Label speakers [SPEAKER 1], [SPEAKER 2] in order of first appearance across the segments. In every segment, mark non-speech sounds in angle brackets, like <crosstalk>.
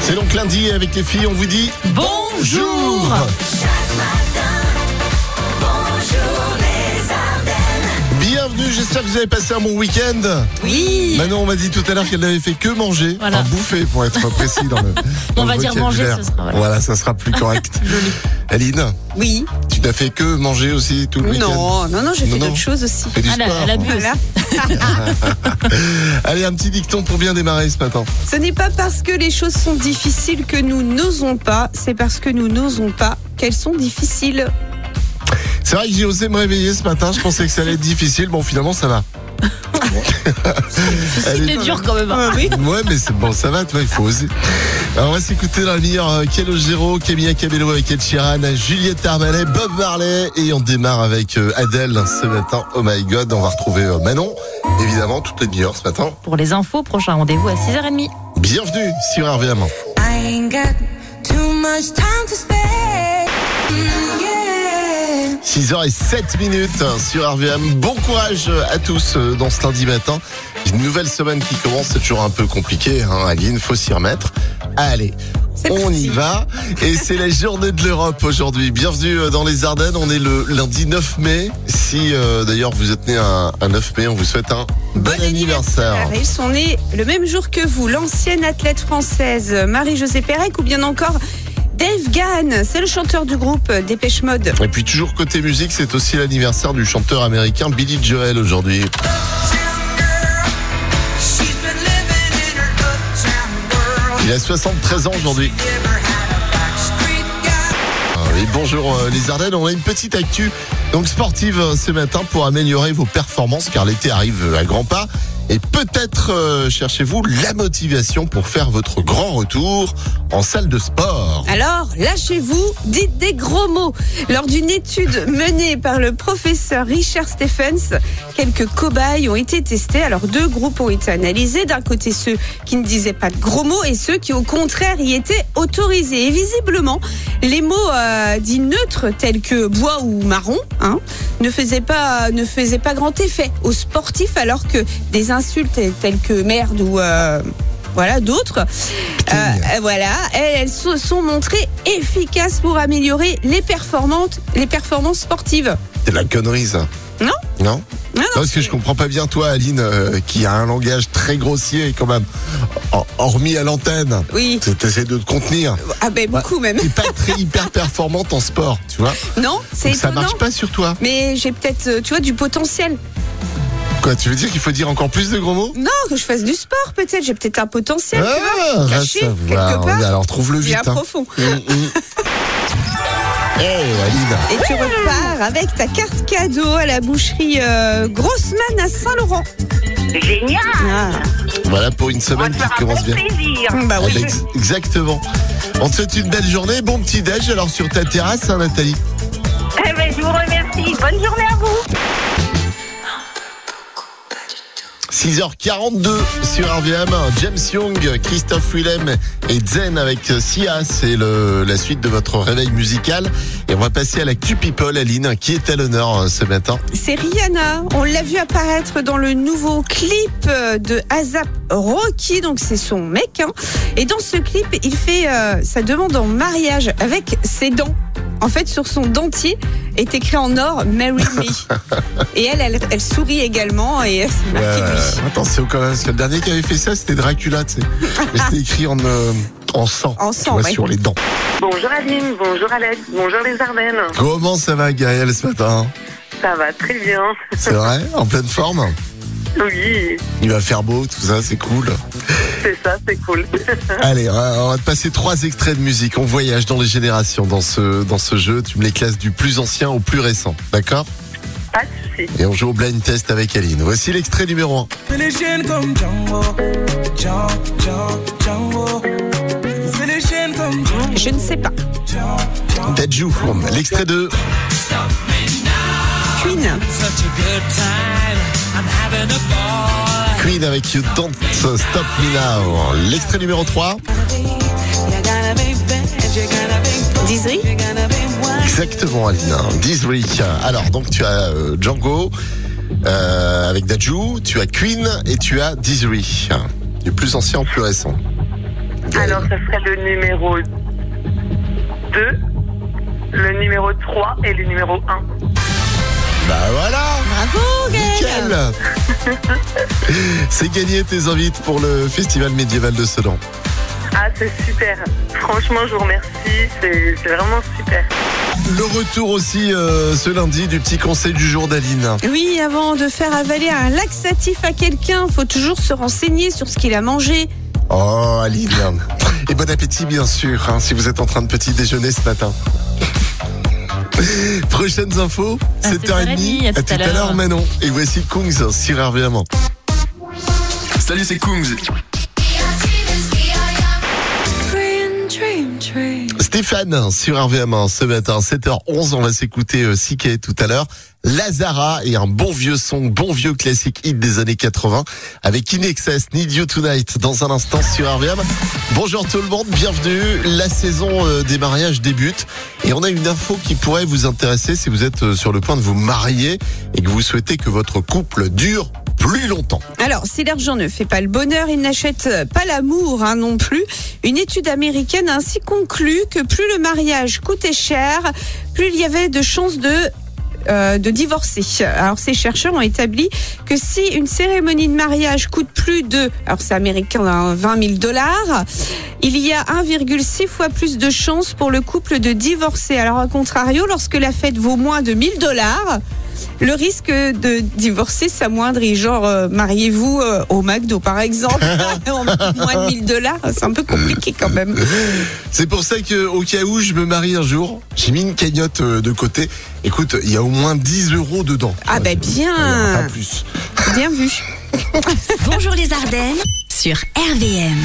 [SPEAKER 1] C'est donc lundi et avec les filles, on vous dit
[SPEAKER 2] Bonjour Ah,
[SPEAKER 1] bienvenue. J'espère que vous avez passé un bon week-end.
[SPEAKER 2] Oui
[SPEAKER 1] Manon, on m'a dit tout à l'heure qu'elle n'avait fait que manger,
[SPEAKER 2] Voilà.
[SPEAKER 1] enfin bouffer pour être précis dans
[SPEAKER 2] <laughs>
[SPEAKER 1] le. dans
[SPEAKER 2] On
[SPEAKER 1] le
[SPEAKER 2] va dire manger,
[SPEAKER 1] vocabulaire.
[SPEAKER 2] ce sera- voilà.
[SPEAKER 1] ça sera plus
[SPEAKER 2] <laughs>
[SPEAKER 1] correct. Aline,
[SPEAKER 3] Oui.
[SPEAKER 1] tu n'as fait que manger aussi tout le week-end.
[SPEAKER 3] Non, non, non, j'ai
[SPEAKER 1] Non,
[SPEAKER 3] fait
[SPEAKER 1] non.
[SPEAKER 3] d'autres choses aussi.
[SPEAKER 1] Fais du
[SPEAKER 2] Ah, la-
[SPEAKER 1] sport.
[SPEAKER 2] la bu-
[SPEAKER 3] Voilà.
[SPEAKER 1] Allez, un petit dicton pour bien démarrer ce matin.
[SPEAKER 3] Ce n'est pas parce que les choses sont difficiles que nous n'osons pas, c'est parce que nous n'osons pas qu'elles sont difficiles.
[SPEAKER 1] Ah. C'est vrai que j'ai osé me réveiller ce matin. Je pensais que ça allait être difficile. Bon, finalement, ça va. Elle est-
[SPEAKER 2] C'était dur quand même. hein.
[SPEAKER 1] Ouais, mais c'est bon, ça va, toi, il faut oser. Alors, on va s'écouter dans le meilleur euh, Calogero, Camilla Cabello avec Ed Sheeran, Juliette Armanet, Bob Marley, et on démarre avec euh, Adèle ce matin. Oh my god, on va retrouver euh, Manon, évidemment, toutes les demi-heures ce matin.
[SPEAKER 2] Pour les infos, prochain rendez-vous à 6h30.
[SPEAKER 1] Bienvenue sur RVM.
[SPEAKER 4] I ain't got too much time to spare. Mm, yeah.
[SPEAKER 1] 6h07 minutes sur RVM. Bon courage à tous euh, dans ce lundi matin. Une nouvelle semaine qui commence, c'est toujours un peu compliqué, hein, Aline, faut s'y remettre. Allez.
[SPEAKER 3] C'est
[SPEAKER 1] On
[SPEAKER 3] parti.
[SPEAKER 1] y va et c'est la journée de l'Europe aujourd'hui. Bienvenue euh, dans les Ardennes, on est le lundi 9 mai. Si euh, d'ailleurs vous êtes né un, un 9 mai, on vous souhaite un bon, anniversaire.
[SPEAKER 3] Alors, Ils sont nés le même jour que vous, l'ancienne athlète française Marie-Josée Pérec ou bien encore Dave Gann, c'est le chanteur du groupe Dépêche Mode.
[SPEAKER 1] Et puis toujours côté musique, c'est aussi l'anniversaire du chanteur américain Billy Joel aujourd'hui.
[SPEAKER 4] She's been living in her uptown world.
[SPEAKER 1] Il a 73 ans aujourd'hui.
[SPEAKER 4] Never had a back street guy.
[SPEAKER 1] Et bonjour euh, les Ardennes, on a une petite actu donc sportive euh, ce matin pour améliorer vos performances car l'été arrive euh, à grands pas et peut-être euh, cherchez-vous la motivation pour faire votre grand retour en salle de sport.
[SPEAKER 3] Alors, lâchez-vous, dites des gros mots. Lors d'une étude menée par le professeur Richard Stephens, quelques cobayes ont été testés. Alors, deux groupes ont été analysés. D'un côté, ceux qui ne disaient pas de gros mots et ceux qui, au contraire, y étaient autorisés. Et visiblement, les mots euh, dits neutres, tels que bois ou marron, hein, ne, faisaient pas, ne faisaient pas grand effet aux sportifs, alors que des insultes telles que merde ou... euh, voilà, d'autres. Euh, euh, voilà, elles, elles se sont montrées efficaces pour améliorer les performances, les performances sportives.
[SPEAKER 1] C'est de la connerie ça.
[SPEAKER 3] Non.
[SPEAKER 1] Non
[SPEAKER 3] Non, non,
[SPEAKER 1] Parce que je comprends pas bien toi Aline euh, qui a un langage très grossier quand même, Hor- hormis à l'antenne.
[SPEAKER 3] Oui,
[SPEAKER 1] T'essaies de te contenir.
[SPEAKER 3] ah ben
[SPEAKER 1] Bah,
[SPEAKER 3] beaucoup même.
[SPEAKER 1] T'es pas très hyper performante en sport, tu vois.
[SPEAKER 3] Non, c'est
[SPEAKER 1] Donc ça
[SPEAKER 3] étonnant.
[SPEAKER 1] marche pas sur toi.
[SPEAKER 3] Mais j'ai peut-être, euh, tu vois, du potentiel.
[SPEAKER 1] Quoi, tu veux dire qu'il faut dire encore plus de gros mots
[SPEAKER 3] Non, que je fasse du sport peut-être. J'ai peut-être un potentiel. tu
[SPEAKER 1] Ah,
[SPEAKER 3] vois. caché,
[SPEAKER 1] reste à
[SPEAKER 3] quelque
[SPEAKER 1] voir.
[SPEAKER 3] part.
[SPEAKER 1] Alors trouve-le
[SPEAKER 3] Il est
[SPEAKER 1] vite. hein.
[SPEAKER 3] profond.
[SPEAKER 1] Mm, mm. Eh, Aline.
[SPEAKER 3] Et tu repars avec ta carte cadeau à la boucherie euh, Grossman à Saint-Laurent.
[SPEAKER 5] Génial
[SPEAKER 3] Ah,
[SPEAKER 1] Voilà pour une semaine qui commence bien.
[SPEAKER 5] plaisir
[SPEAKER 3] bah
[SPEAKER 1] Eh ben,
[SPEAKER 3] oui.
[SPEAKER 1] ex- exactement. On te souhaite une belle journée, bon petit déj alors sur ta terrasse, hein, Nathalie.
[SPEAKER 5] Eh ben, je vous remercie. Bonne journée à vous
[SPEAKER 1] 6h42 sur RVM, James Young, Christophe Willem et Zen avec euh, Sia, c'est le- la suite de votre réveil musical. Et on va passer à la Q People, Aline, qui est à l'honneur euh, ce matin.
[SPEAKER 3] C'est Rihanna. On l'a vu apparaître dans le nouveau clip de Azap Rocky, donc c'est son mec. hein. Et dans ce clip, il fait euh, sa demande en mariage avec ses dents. En fait, sur son dentier est écrit en or
[SPEAKER 1] <laughs>
[SPEAKER 3] Marry Me. et elle, elle, elle sourit également et c'est
[SPEAKER 1] Ouais,
[SPEAKER 3] marqué
[SPEAKER 1] ouais,
[SPEAKER 3] lui.
[SPEAKER 1] ouais. Attends, c'est quand même parce que le dernier qui avait fait ça, c'était Dracula, tu sais. Mais c'était écrit en, euh, en sang.
[SPEAKER 3] En
[SPEAKER 1] tu
[SPEAKER 3] sang,
[SPEAKER 1] vois,
[SPEAKER 3] ouais.
[SPEAKER 1] sur les dents.
[SPEAKER 5] Bonjour Aline, bonjour Alex, bonjour les Ardennes.
[SPEAKER 1] Comment ça va, Gaël, ce matin
[SPEAKER 5] Ça va très bien. <laughs>
[SPEAKER 1] C'est vrai En pleine forme
[SPEAKER 5] Oui,
[SPEAKER 1] Il va faire beau, tout ça, c'est cool.
[SPEAKER 5] c'est ça, c'est cool.
[SPEAKER 1] Allez, on va on va te passer trois extraits de musique. On voyage dans les générations dans ce, dans ce jeu. Tu me les classes du plus ancien au plus récent, d'accord
[SPEAKER 5] Pas de soucis.
[SPEAKER 1] Et on joue au blind test avec Aline. Voici l'extrait numéro 1.
[SPEAKER 6] Fais les chaînes comme Django, Django, Django. Fais les chaînes comme Django,
[SPEAKER 3] Je ne sais pas.
[SPEAKER 6] Django.
[SPEAKER 1] Dadju. L'extrait 2.
[SPEAKER 3] Queen,
[SPEAKER 1] Queen avec You Don't Stop Me Now. L'extrait numéro 3.
[SPEAKER 3] Dizzy,
[SPEAKER 1] Exactement, Aline. Disney. hein. Alors, donc, tu as euh, Django euh, avec Daju, tu as Queen et tu as Disney. Du plus ancien au plus récent.
[SPEAKER 5] Alors, ça serait le numéro 2, le numéro 3 et le numéro 1.
[SPEAKER 1] Bah voilà
[SPEAKER 3] Bravo, Gaël
[SPEAKER 1] Nickel <laughs> C'est gagné tes invites pour le festival médiéval de Sedan.
[SPEAKER 5] Ah, c'est super. Franchement, je vous remercie. C'est c'est vraiment super.
[SPEAKER 1] Le retour aussi euh, ce lundi du petit conseil du jour d'Aline.
[SPEAKER 3] Oui, avant de faire avaler un laxatif à quelqu'un, faut toujours se renseigner sur ce qu'il a mangé.
[SPEAKER 1] Oh Aline Et bon appétit bien sûr hein, si vous êtes en train de petit déjeuner ce matin. Prochaines infos,
[SPEAKER 2] À
[SPEAKER 1] 7h30,
[SPEAKER 2] 7h30,
[SPEAKER 1] à tout à l'heure Manon. Et voici Kungs sur RVM.
[SPEAKER 7] Salut, c'est Kungs.
[SPEAKER 4] Korean dream train.
[SPEAKER 1] Stéphane sur RVM ce matin, 7h11, on va s'écouter euh, Siké tout à l'heure. Lazara et un bon vieux son, bon vieux classique hit des années 80 avec Inexcess, Need You Tonight dans un instant sur RVM. Bonjour tout le monde, bienvenue. La saison euh, des mariages débute et on a une info qui pourrait vous intéresser si vous êtes euh, sur le point de vous marier et que vous souhaitez que votre couple dure plus longtemps.
[SPEAKER 3] Alors, si l'argent ne fait pas le bonheur, il n'achète pas l'amour hein, non plus. Une étude américaine a ainsi conclu que plus le mariage coûtait cher, plus il y avait de chances de euh, de divorcer. Alors ces chercheurs ont établi que si une cérémonie de mariage coûte plus de, alors c'est américain, hein, 20 000 dollars, il y a 1,6 fois plus de chances pour le couple de divorcer. Alors à contrario, lorsque la fête vaut moins de 1000 dollars, le risque de divorcer s'amoindrit. Genre, euh, mariez-vous euh, au McDo, par
[SPEAKER 1] <laughs>
[SPEAKER 3] exemple, <laughs> en moins de 1000 dollars. C'est un peu compliqué quand même.
[SPEAKER 1] Euh, C'est pour ça que, au cas où je me marie un jour, j'ai mis une cagnotte euh, de côté. Écoute, il y a au moins 10 euros dedans.
[SPEAKER 3] Ah, bah, bien.
[SPEAKER 1] Pas plus.
[SPEAKER 3] Bien vu.
[SPEAKER 8] Bonjour les Ardennes sur RVM.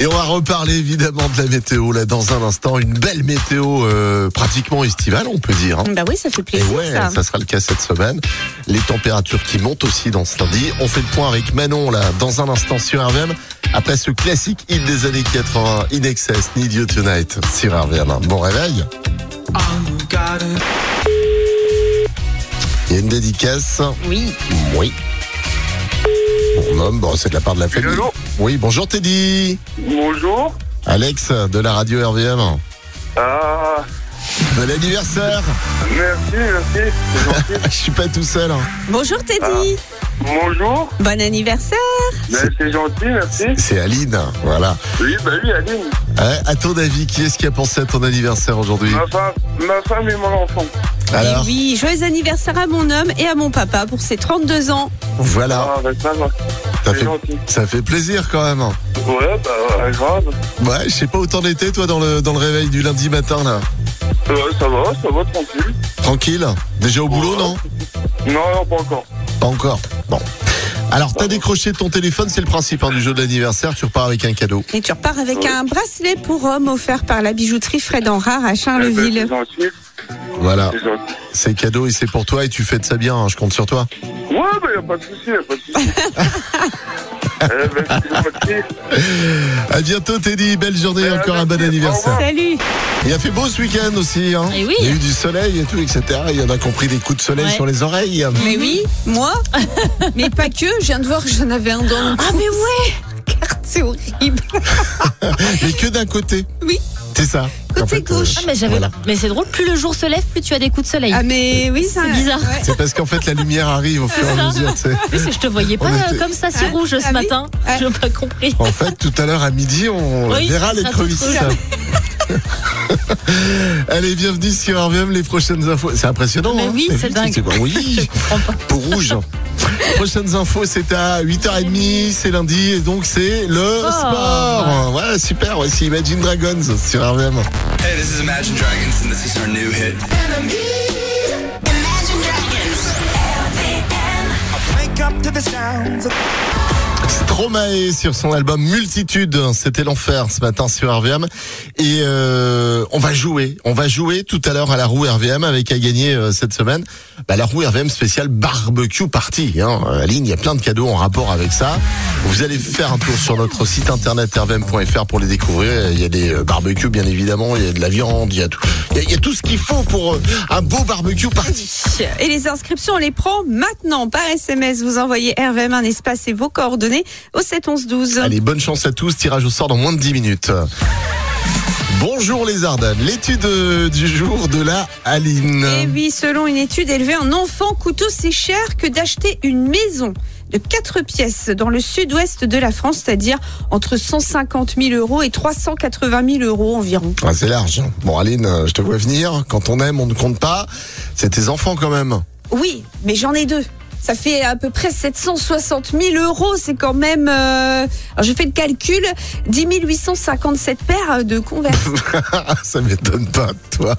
[SPEAKER 1] Et on va reparler évidemment de la météo là dans un instant. Une belle météo euh, pratiquement estivale, on peut dire. hein.
[SPEAKER 3] Bah oui, ça fait
[SPEAKER 1] Et
[SPEAKER 3] plaisir,
[SPEAKER 1] ouais,
[SPEAKER 3] ça.
[SPEAKER 1] ça. sera le cas cette semaine. Les températures qui montent aussi dans ce lundi. On fait le point avec Manon là dans un instant sur RVM. Après ce classique hit des années 80, In Excess, Need You Tonight sur RVM. Bon réveil. Il y a une dédicace.
[SPEAKER 3] Oui.
[SPEAKER 1] Oui. Mon homme, bon, c'est de la part de la famille.
[SPEAKER 5] Allô
[SPEAKER 1] Oui, bonjour Teddy.
[SPEAKER 5] Bonjour.
[SPEAKER 1] Alex de la radio RVM.
[SPEAKER 5] Ah,
[SPEAKER 1] Bon anniversaire. Ah,
[SPEAKER 5] merci, merci. C'est gentil.
[SPEAKER 1] Je suis pas tout seul. hein.
[SPEAKER 3] Bonjour, Teddy.
[SPEAKER 5] Bonjour.
[SPEAKER 3] Bon anniversaire.
[SPEAKER 5] Ben, c'est gentil, merci.
[SPEAKER 1] C'est Aline, voilà.
[SPEAKER 5] Oui, bah oui, Aline.
[SPEAKER 1] Ouais, à ton avis, qui est-ce qui a pensé à ton anniversaire aujourd'hui
[SPEAKER 5] Ma femme, ma femme et mon enfant.
[SPEAKER 1] Alors,
[SPEAKER 3] Et Eh oui, joyeux anniversaire à mon homme et à mon papa pour ses 32 ans.
[SPEAKER 1] voilà,
[SPEAKER 5] Ah, bah, ça va.
[SPEAKER 1] ça
[SPEAKER 5] C'est
[SPEAKER 1] fait,
[SPEAKER 5] gentil.
[SPEAKER 1] ça fait plaisir quand même.
[SPEAKER 5] Ouais, bah, ouais, grave.
[SPEAKER 1] Ouais, je sais pas autant d'été, toi, dans le, dans le réveil du lundi matin, là.
[SPEAKER 5] Ouais, Euh, ça va, ça va, tranquille.
[SPEAKER 1] Tranquille Déjà au boulot, non
[SPEAKER 5] Non, non, pas encore.
[SPEAKER 1] Pas encore. Bon. Alors, t'as décroché ton téléphone, c'est le principe hein, du jeu de l'anniversaire, tu repars avec un cadeau.
[SPEAKER 3] Et tu repars avec un bracelet pour homme offert par la bijouterie Fred Enrard à
[SPEAKER 5] Eh ben,
[SPEAKER 3] Charleville.
[SPEAKER 5] c'est gentil,
[SPEAKER 1] Voilà,
[SPEAKER 5] c'est gentil.
[SPEAKER 1] c'est cadeau et c'est pour toi et tu fais de ça bien, hein, je compte sur toi.
[SPEAKER 5] Ouais, bah, y a pas de souci, y a pas de souci. eh ben, c'est gentil.
[SPEAKER 1] À bientôt Teddy, belle journée et
[SPEAKER 5] Euh,
[SPEAKER 1] encore un bon
[SPEAKER 5] merci, au
[SPEAKER 1] anniversaire.
[SPEAKER 5] revoir.
[SPEAKER 3] Salut.
[SPEAKER 1] Il a fait beau ce week-end aussi, hein.
[SPEAKER 2] Eh oui.
[SPEAKER 1] Il y a eu du soleil et tout, etc. Il y en a compris des coups de soleil
[SPEAKER 2] Ouais.
[SPEAKER 1] sur les oreilles.
[SPEAKER 3] Mais oui, <laughs> moi, mais pas que. Je viens de voir que j'en avais un dans le Ah, mais ouais C'est horrible.
[SPEAKER 1] <laughs> Mais que d'un côté.
[SPEAKER 3] Oui.
[SPEAKER 1] C'est ça. euh,
[SPEAKER 3] Côté gauche.
[SPEAKER 2] Ah, mais j'avais.
[SPEAKER 1] Voilà.
[SPEAKER 2] Mais c'est drôle, plus le jour se lève, plus tu as des coups de soleil.
[SPEAKER 3] Ah, mais oui,
[SPEAKER 2] C'est
[SPEAKER 3] un-
[SPEAKER 2] bizarre.
[SPEAKER 3] ouais.
[SPEAKER 1] C'est parce qu'en fait la lumière arrive au fur et à
[SPEAKER 2] ça.
[SPEAKER 1] mesure. tu sais.
[SPEAKER 2] Parce que je te voyais pas
[SPEAKER 1] On
[SPEAKER 2] euh,
[SPEAKER 1] était-
[SPEAKER 2] comme ça si
[SPEAKER 3] Ah,
[SPEAKER 2] rouge
[SPEAKER 3] ah
[SPEAKER 2] ce
[SPEAKER 3] oui.
[SPEAKER 2] matin.
[SPEAKER 3] Ah.
[SPEAKER 2] Je n'ai pas compris.
[SPEAKER 1] En fait, tout à l'heure à midi, on
[SPEAKER 2] Oui,
[SPEAKER 1] verra
[SPEAKER 2] ça
[SPEAKER 1] les
[SPEAKER 2] sera tout
[SPEAKER 1] crevisses.
[SPEAKER 2] rouge.
[SPEAKER 1] <laughs> Allez, bienvenue sur RVM, les prochaines infos. C'est impressionnant.
[SPEAKER 2] Mais
[SPEAKER 1] hein,
[SPEAKER 2] oui,
[SPEAKER 1] t'as
[SPEAKER 2] c'est
[SPEAKER 1] vu,
[SPEAKER 2] dingue.
[SPEAKER 1] quoi Oui, pour rouge. Prochaines infos, c'est à 8h30, c'est lundi, et donc c'est le
[SPEAKER 2] Sport.
[SPEAKER 1] sport. Voilà, super, voici Imagine Dragons sur RVM.
[SPEAKER 7] Hey, this is Imagine Dragons, and this is our new hit.
[SPEAKER 6] Wake up to the sounds of
[SPEAKER 1] Stromae sur son album Multitude, c'était l'enfer ce matin sur RVM. Et euh, on va jouer, on va jouer tout à l'heure à la roue RVM avec à gagner euh, cette semaine bah, la roue RVM spéciale barbecue party. Hein. Euh, Aline, il y a plein de cadeaux en rapport avec ça. Vous allez faire un tour sur notre site internet rvm.fr pour les découvrir. Il y a des euh, barbecues bien évidemment, il y a de la viande, il y a tout, il y a, il y a tout ce qu'il faut pour euh, un beau barbecue party.
[SPEAKER 3] Et les inscriptions, on les prend maintenant par SMS. Vous envoyez RVM un espace et vos coordonnées au 7 11 12.
[SPEAKER 1] Allez, bonne chance à tous. Tirage au sort dans moins de 10 minutes. Bonjour les Ardennes. L'étude euh, du jour de la Aline.
[SPEAKER 3] Et Eh oui, selon une étude, élever un enfant coûte aussi cher que d'acheter une maison de 4 pièces dans le sud-ouest de la France, c'est-à-dire entre 150 000 euros et 380 000 euros environ.
[SPEAKER 1] Ah, c'est large. Bon, Aline, euh, je te vois venir. Quand on aime, on ne compte pas. C'est tes enfants quand même. <laughs>
[SPEAKER 3] Oui, mais j'en ai deux. Ça fait à peu près 760 000 euros. C'est quand même. euh, Alors, j'ai fait le calcul 10 857 paires de Converse.
[SPEAKER 1] Ça m'étonne pas,
[SPEAKER 3] <laughs>
[SPEAKER 1] toi.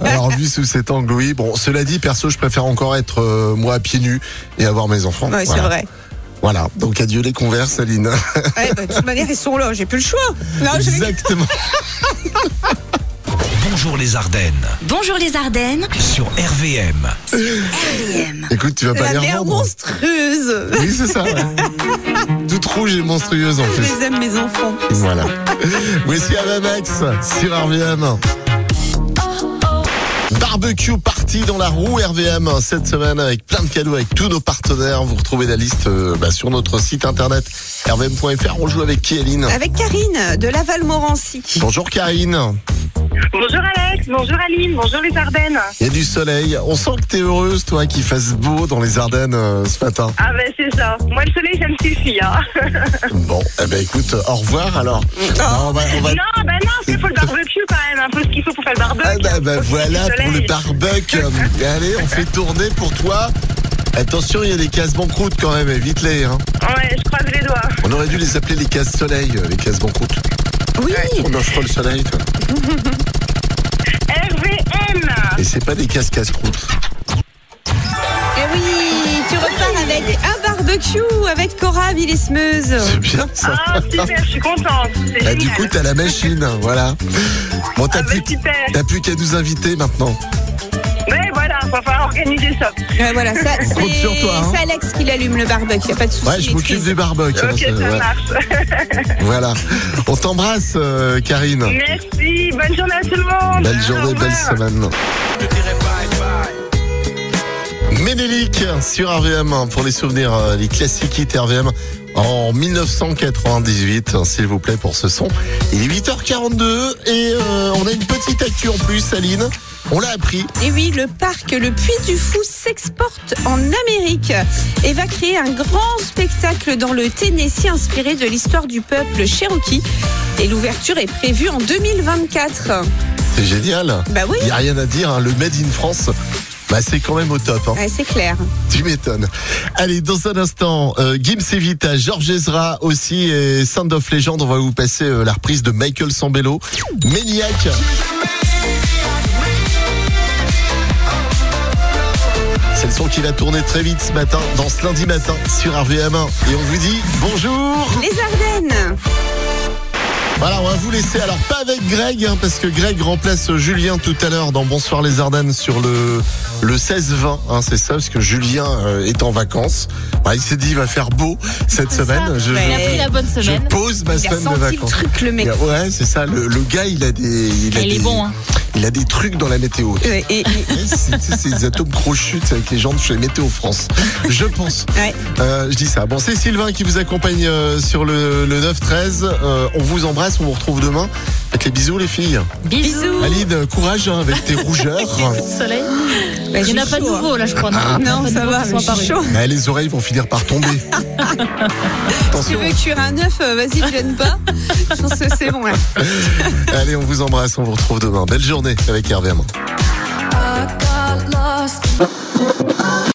[SPEAKER 1] Alors, vu sous cet angle, oui. Bon, cela dit, perso, je préfère encore être euh, moi à pieds nus et avoir mes enfants.
[SPEAKER 3] Ouais, c'est
[SPEAKER 1] Voilà.
[SPEAKER 3] vrai.
[SPEAKER 1] Voilà. Donc, adieu les converses, Aline.
[SPEAKER 3] Ouais, bah, de toute manière, ils sont là. J'ai plus le choix. Non, je vais-
[SPEAKER 1] Exactement.
[SPEAKER 9] Bonjour les Ardennes
[SPEAKER 8] Bonjour les Ardennes.
[SPEAKER 9] sur RVM.
[SPEAKER 8] RVM.
[SPEAKER 1] Écoute, tu vas pas
[SPEAKER 3] La
[SPEAKER 1] Bah, les
[SPEAKER 3] mer
[SPEAKER 1] revendre.
[SPEAKER 3] monstrueuse.
[SPEAKER 1] Oui, c'est
[SPEAKER 3] <laughs>
[SPEAKER 1] ça. ouais. Toute rouge et monstrueuse en
[SPEAKER 3] Je
[SPEAKER 1] plus.
[SPEAKER 3] les aime, mes enfants.
[SPEAKER 1] Voilà. <laughs> Voici Avamax sur RVM. Barbecue party dans la roue RVM cette semaine avec plein de cadeaux avec tous nos partenaires. Vous retrouvez la liste euh, bah, sur notre site internet rvm.fr. On joue avec qui Aline
[SPEAKER 3] Avec Karine de Laval-Morancy.
[SPEAKER 1] Bonjour Karine.
[SPEAKER 10] Bonjour Alex, bonjour Aline, bonjour les Ardennes.
[SPEAKER 1] Il y a du soleil. On sent que t'es heureuse toi qu'il fasse beau dans les Ardennes euh, ce matin.
[SPEAKER 10] Ah ben c'est ça. Moi le soleil ça me suffit.
[SPEAKER 1] <laughs>
[SPEAKER 10] Hein.
[SPEAKER 1] Bon, eh ben écoute, au revoir alors. Non, on va- on va-
[SPEAKER 10] Non ben non, c'est
[SPEAKER 1] <laughs>
[SPEAKER 10] pour le barbecue quand même, un peu ce qu'il faut pour faire le barbecue.
[SPEAKER 1] Ah bah, bah,
[SPEAKER 10] Faut
[SPEAKER 1] voilà
[SPEAKER 10] du
[SPEAKER 1] pour le
[SPEAKER 10] soleil.
[SPEAKER 1] barbecue.
[SPEAKER 10] <laughs>
[SPEAKER 1] Allez, on fait tourner pour toi. Attention, il y a des cases banqueroute quand même, évite-les. hein.
[SPEAKER 10] Ouais, je croise les doigts.
[SPEAKER 1] On aurait dû les appeler les cases soleil, euh, les cases banqueroute.
[SPEAKER 3] Oui.
[SPEAKER 1] On offre le soleil, toi.
[SPEAKER 10] RVM
[SPEAKER 1] Et c'est pas des cases casse-croûte.
[SPEAKER 3] Eh oui, tu repars avec un barbecue avec Cora Villismeuse.
[SPEAKER 1] C'est bien ça. <laughs>
[SPEAKER 10] Ah super, je suis contente. C'est
[SPEAKER 1] Bah,
[SPEAKER 10] génial.
[SPEAKER 1] du coup, t'as la machine, hein, voilà. Bon, t'as
[SPEAKER 10] Ah bah,
[SPEAKER 1] plus,
[SPEAKER 10] super.
[SPEAKER 1] t'as plus qu'à nous inviter maintenant.
[SPEAKER 10] Ouais voilà, on va falloir organiser ça.
[SPEAKER 3] Ouais, voilà, ça,
[SPEAKER 1] <laughs> compte
[SPEAKER 3] c'est
[SPEAKER 1] sur toi, hein.
[SPEAKER 3] c'est Alex qui l'allume le barbecue, y a pas de souci.
[SPEAKER 1] Ouais, je m'occupe
[SPEAKER 3] maîtrise.
[SPEAKER 1] du barbecue. hein,
[SPEAKER 10] Ok,
[SPEAKER 1] c'est-
[SPEAKER 10] ça
[SPEAKER 1] ouais.
[SPEAKER 10] marche. <laughs>
[SPEAKER 1] Voilà. On t'embrasse, euh, Karine.
[SPEAKER 10] Merci, bonne journée à tout le monde.
[SPEAKER 1] Belle
[SPEAKER 10] Au
[SPEAKER 1] journée,
[SPEAKER 10] revoir.
[SPEAKER 1] belle semaine. Ménélic sur RVM pour les souvenirs, euh, les classiques hits RVM en 1998, hein, s'il vous plaît, pour ce son. Il est 8h42 et euh, on a une petite actu en plus, Aline. On l'a appris.
[SPEAKER 3] Et oui, le parc Le Puy du Fou s'exporte en Amérique et va créer un grand spectacle dans le Tennessee inspiré de l'histoire du peuple Cherokee. Et l'ouverture est prévue en 2024.
[SPEAKER 1] C'est génial.
[SPEAKER 3] Bah oui,
[SPEAKER 1] Il n'y a rien à dire. hein, Le Made in France, bah, c'est quand même au top. hein.
[SPEAKER 3] Ouais, c'est clair.
[SPEAKER 1] Tu m'étonnes. Allez, dans un instant, euh, Gims Evita, Georges Ezra aussi et Sound of Legend. On va vous passer euh, la reprise de Michael Sambello. Maniac. C'est le son qui va tourner très vite ce matin, dans ce lundi matin sur RVM1. Et on vous dit bonjour
[SPEAKER 3] Les Ardennes.
[SPEAKER 1] voilà, on va vous laisser. Alors pas avec Greg, hein, parce que Greg remplace Julien tout à l'heure dans Bonsoir les Ardennes sur le le 16-20. Hein, c'est ça, parce que Julien euh, est en vacances. Bah, il s'est dit il va faire beau cette semaine. Je,
[SPEAKER 2] Il a pris la bonne
[SPEAKER 1] je
[SPEAKER 2] semaine.
[SPEAKER 1] pose ma
[SPEAKER 3] Il a
[SPEAKER 1] semaine de
[SPEAKER 3] senti le
[SPEAKER 1] vacances.
[SPEAKER 3] truc, le mec.
[SPEAKER 1] Ouais, c'est ça. Le, le gars, il a des, il a
[SPEAKER 2] Il est
[SPEAKER 1] des,
[SPEAKER 2] bon, hein.
[SPEAKER 1] il a des trucs dans la météo.
[SPEAKER 3] Ouais, Euh, et- bah, et-
[SPEAKER 1] C'est- c'est c'est des atomes crochutes avec les gens de chez Météo France. Je pense.
[SPEAKER 3] Ouais.
[SPEAKER 1] Euh, je dis ça. Bon, c'est Sylvain qui vous accompagne euh, sur le, le 9-13. Euh, on vous embrasse, on vous retrouve demain. Faites les bisous, les filles.
[SPEAKER 2] Bisous.
[SPEAKER 1] Valide, courage hein, avec tes rougeurs.
[SPEAKER 2] Coup de soleil.
[SPEAKER 3] Bah,
[SPEAKER 2] Il n'y en a
[SPEAKER 3] j'ai
[SPEAKER 2] pas de
[SPEAKER 3] chaud,
[SPEAKER 2] nouveau là, je crois.
[SPEAKER 1] Ah.
[SPEAKER 2] Non,
[SPEAKER 3] hein. Non,
[SPEAKER 2] Pas de
[SPEAKER 3] ça
[SPEAKER 2] nouveau
[SPEAKER 3] va,
[SPEAKER 2] qui
[SPEAKER 3] mais
[SPEAKER 2] soit
[SPEAKER 3] je suis
[SPEAKER 2] apparu.
[SPEAKER 3] chaud.
[SPEAKER 1] Mais les oreilles vont finir par tomber.
[SPEAKER 3] Tu
[SPEAKER 1] Attention.
[SPEAKER 3] veux cuire un œuf, euh,
[SPEAKER 2] <laughs>
[SPEAKER 3] vas-y, ne gêne pas. Je pense que c'est bon. là.
[SPEAKER 1] Allez, on vous embrasse, on vous retrouve demain. Belle journée avec RVM.
[SPEAKER 4] I got lost.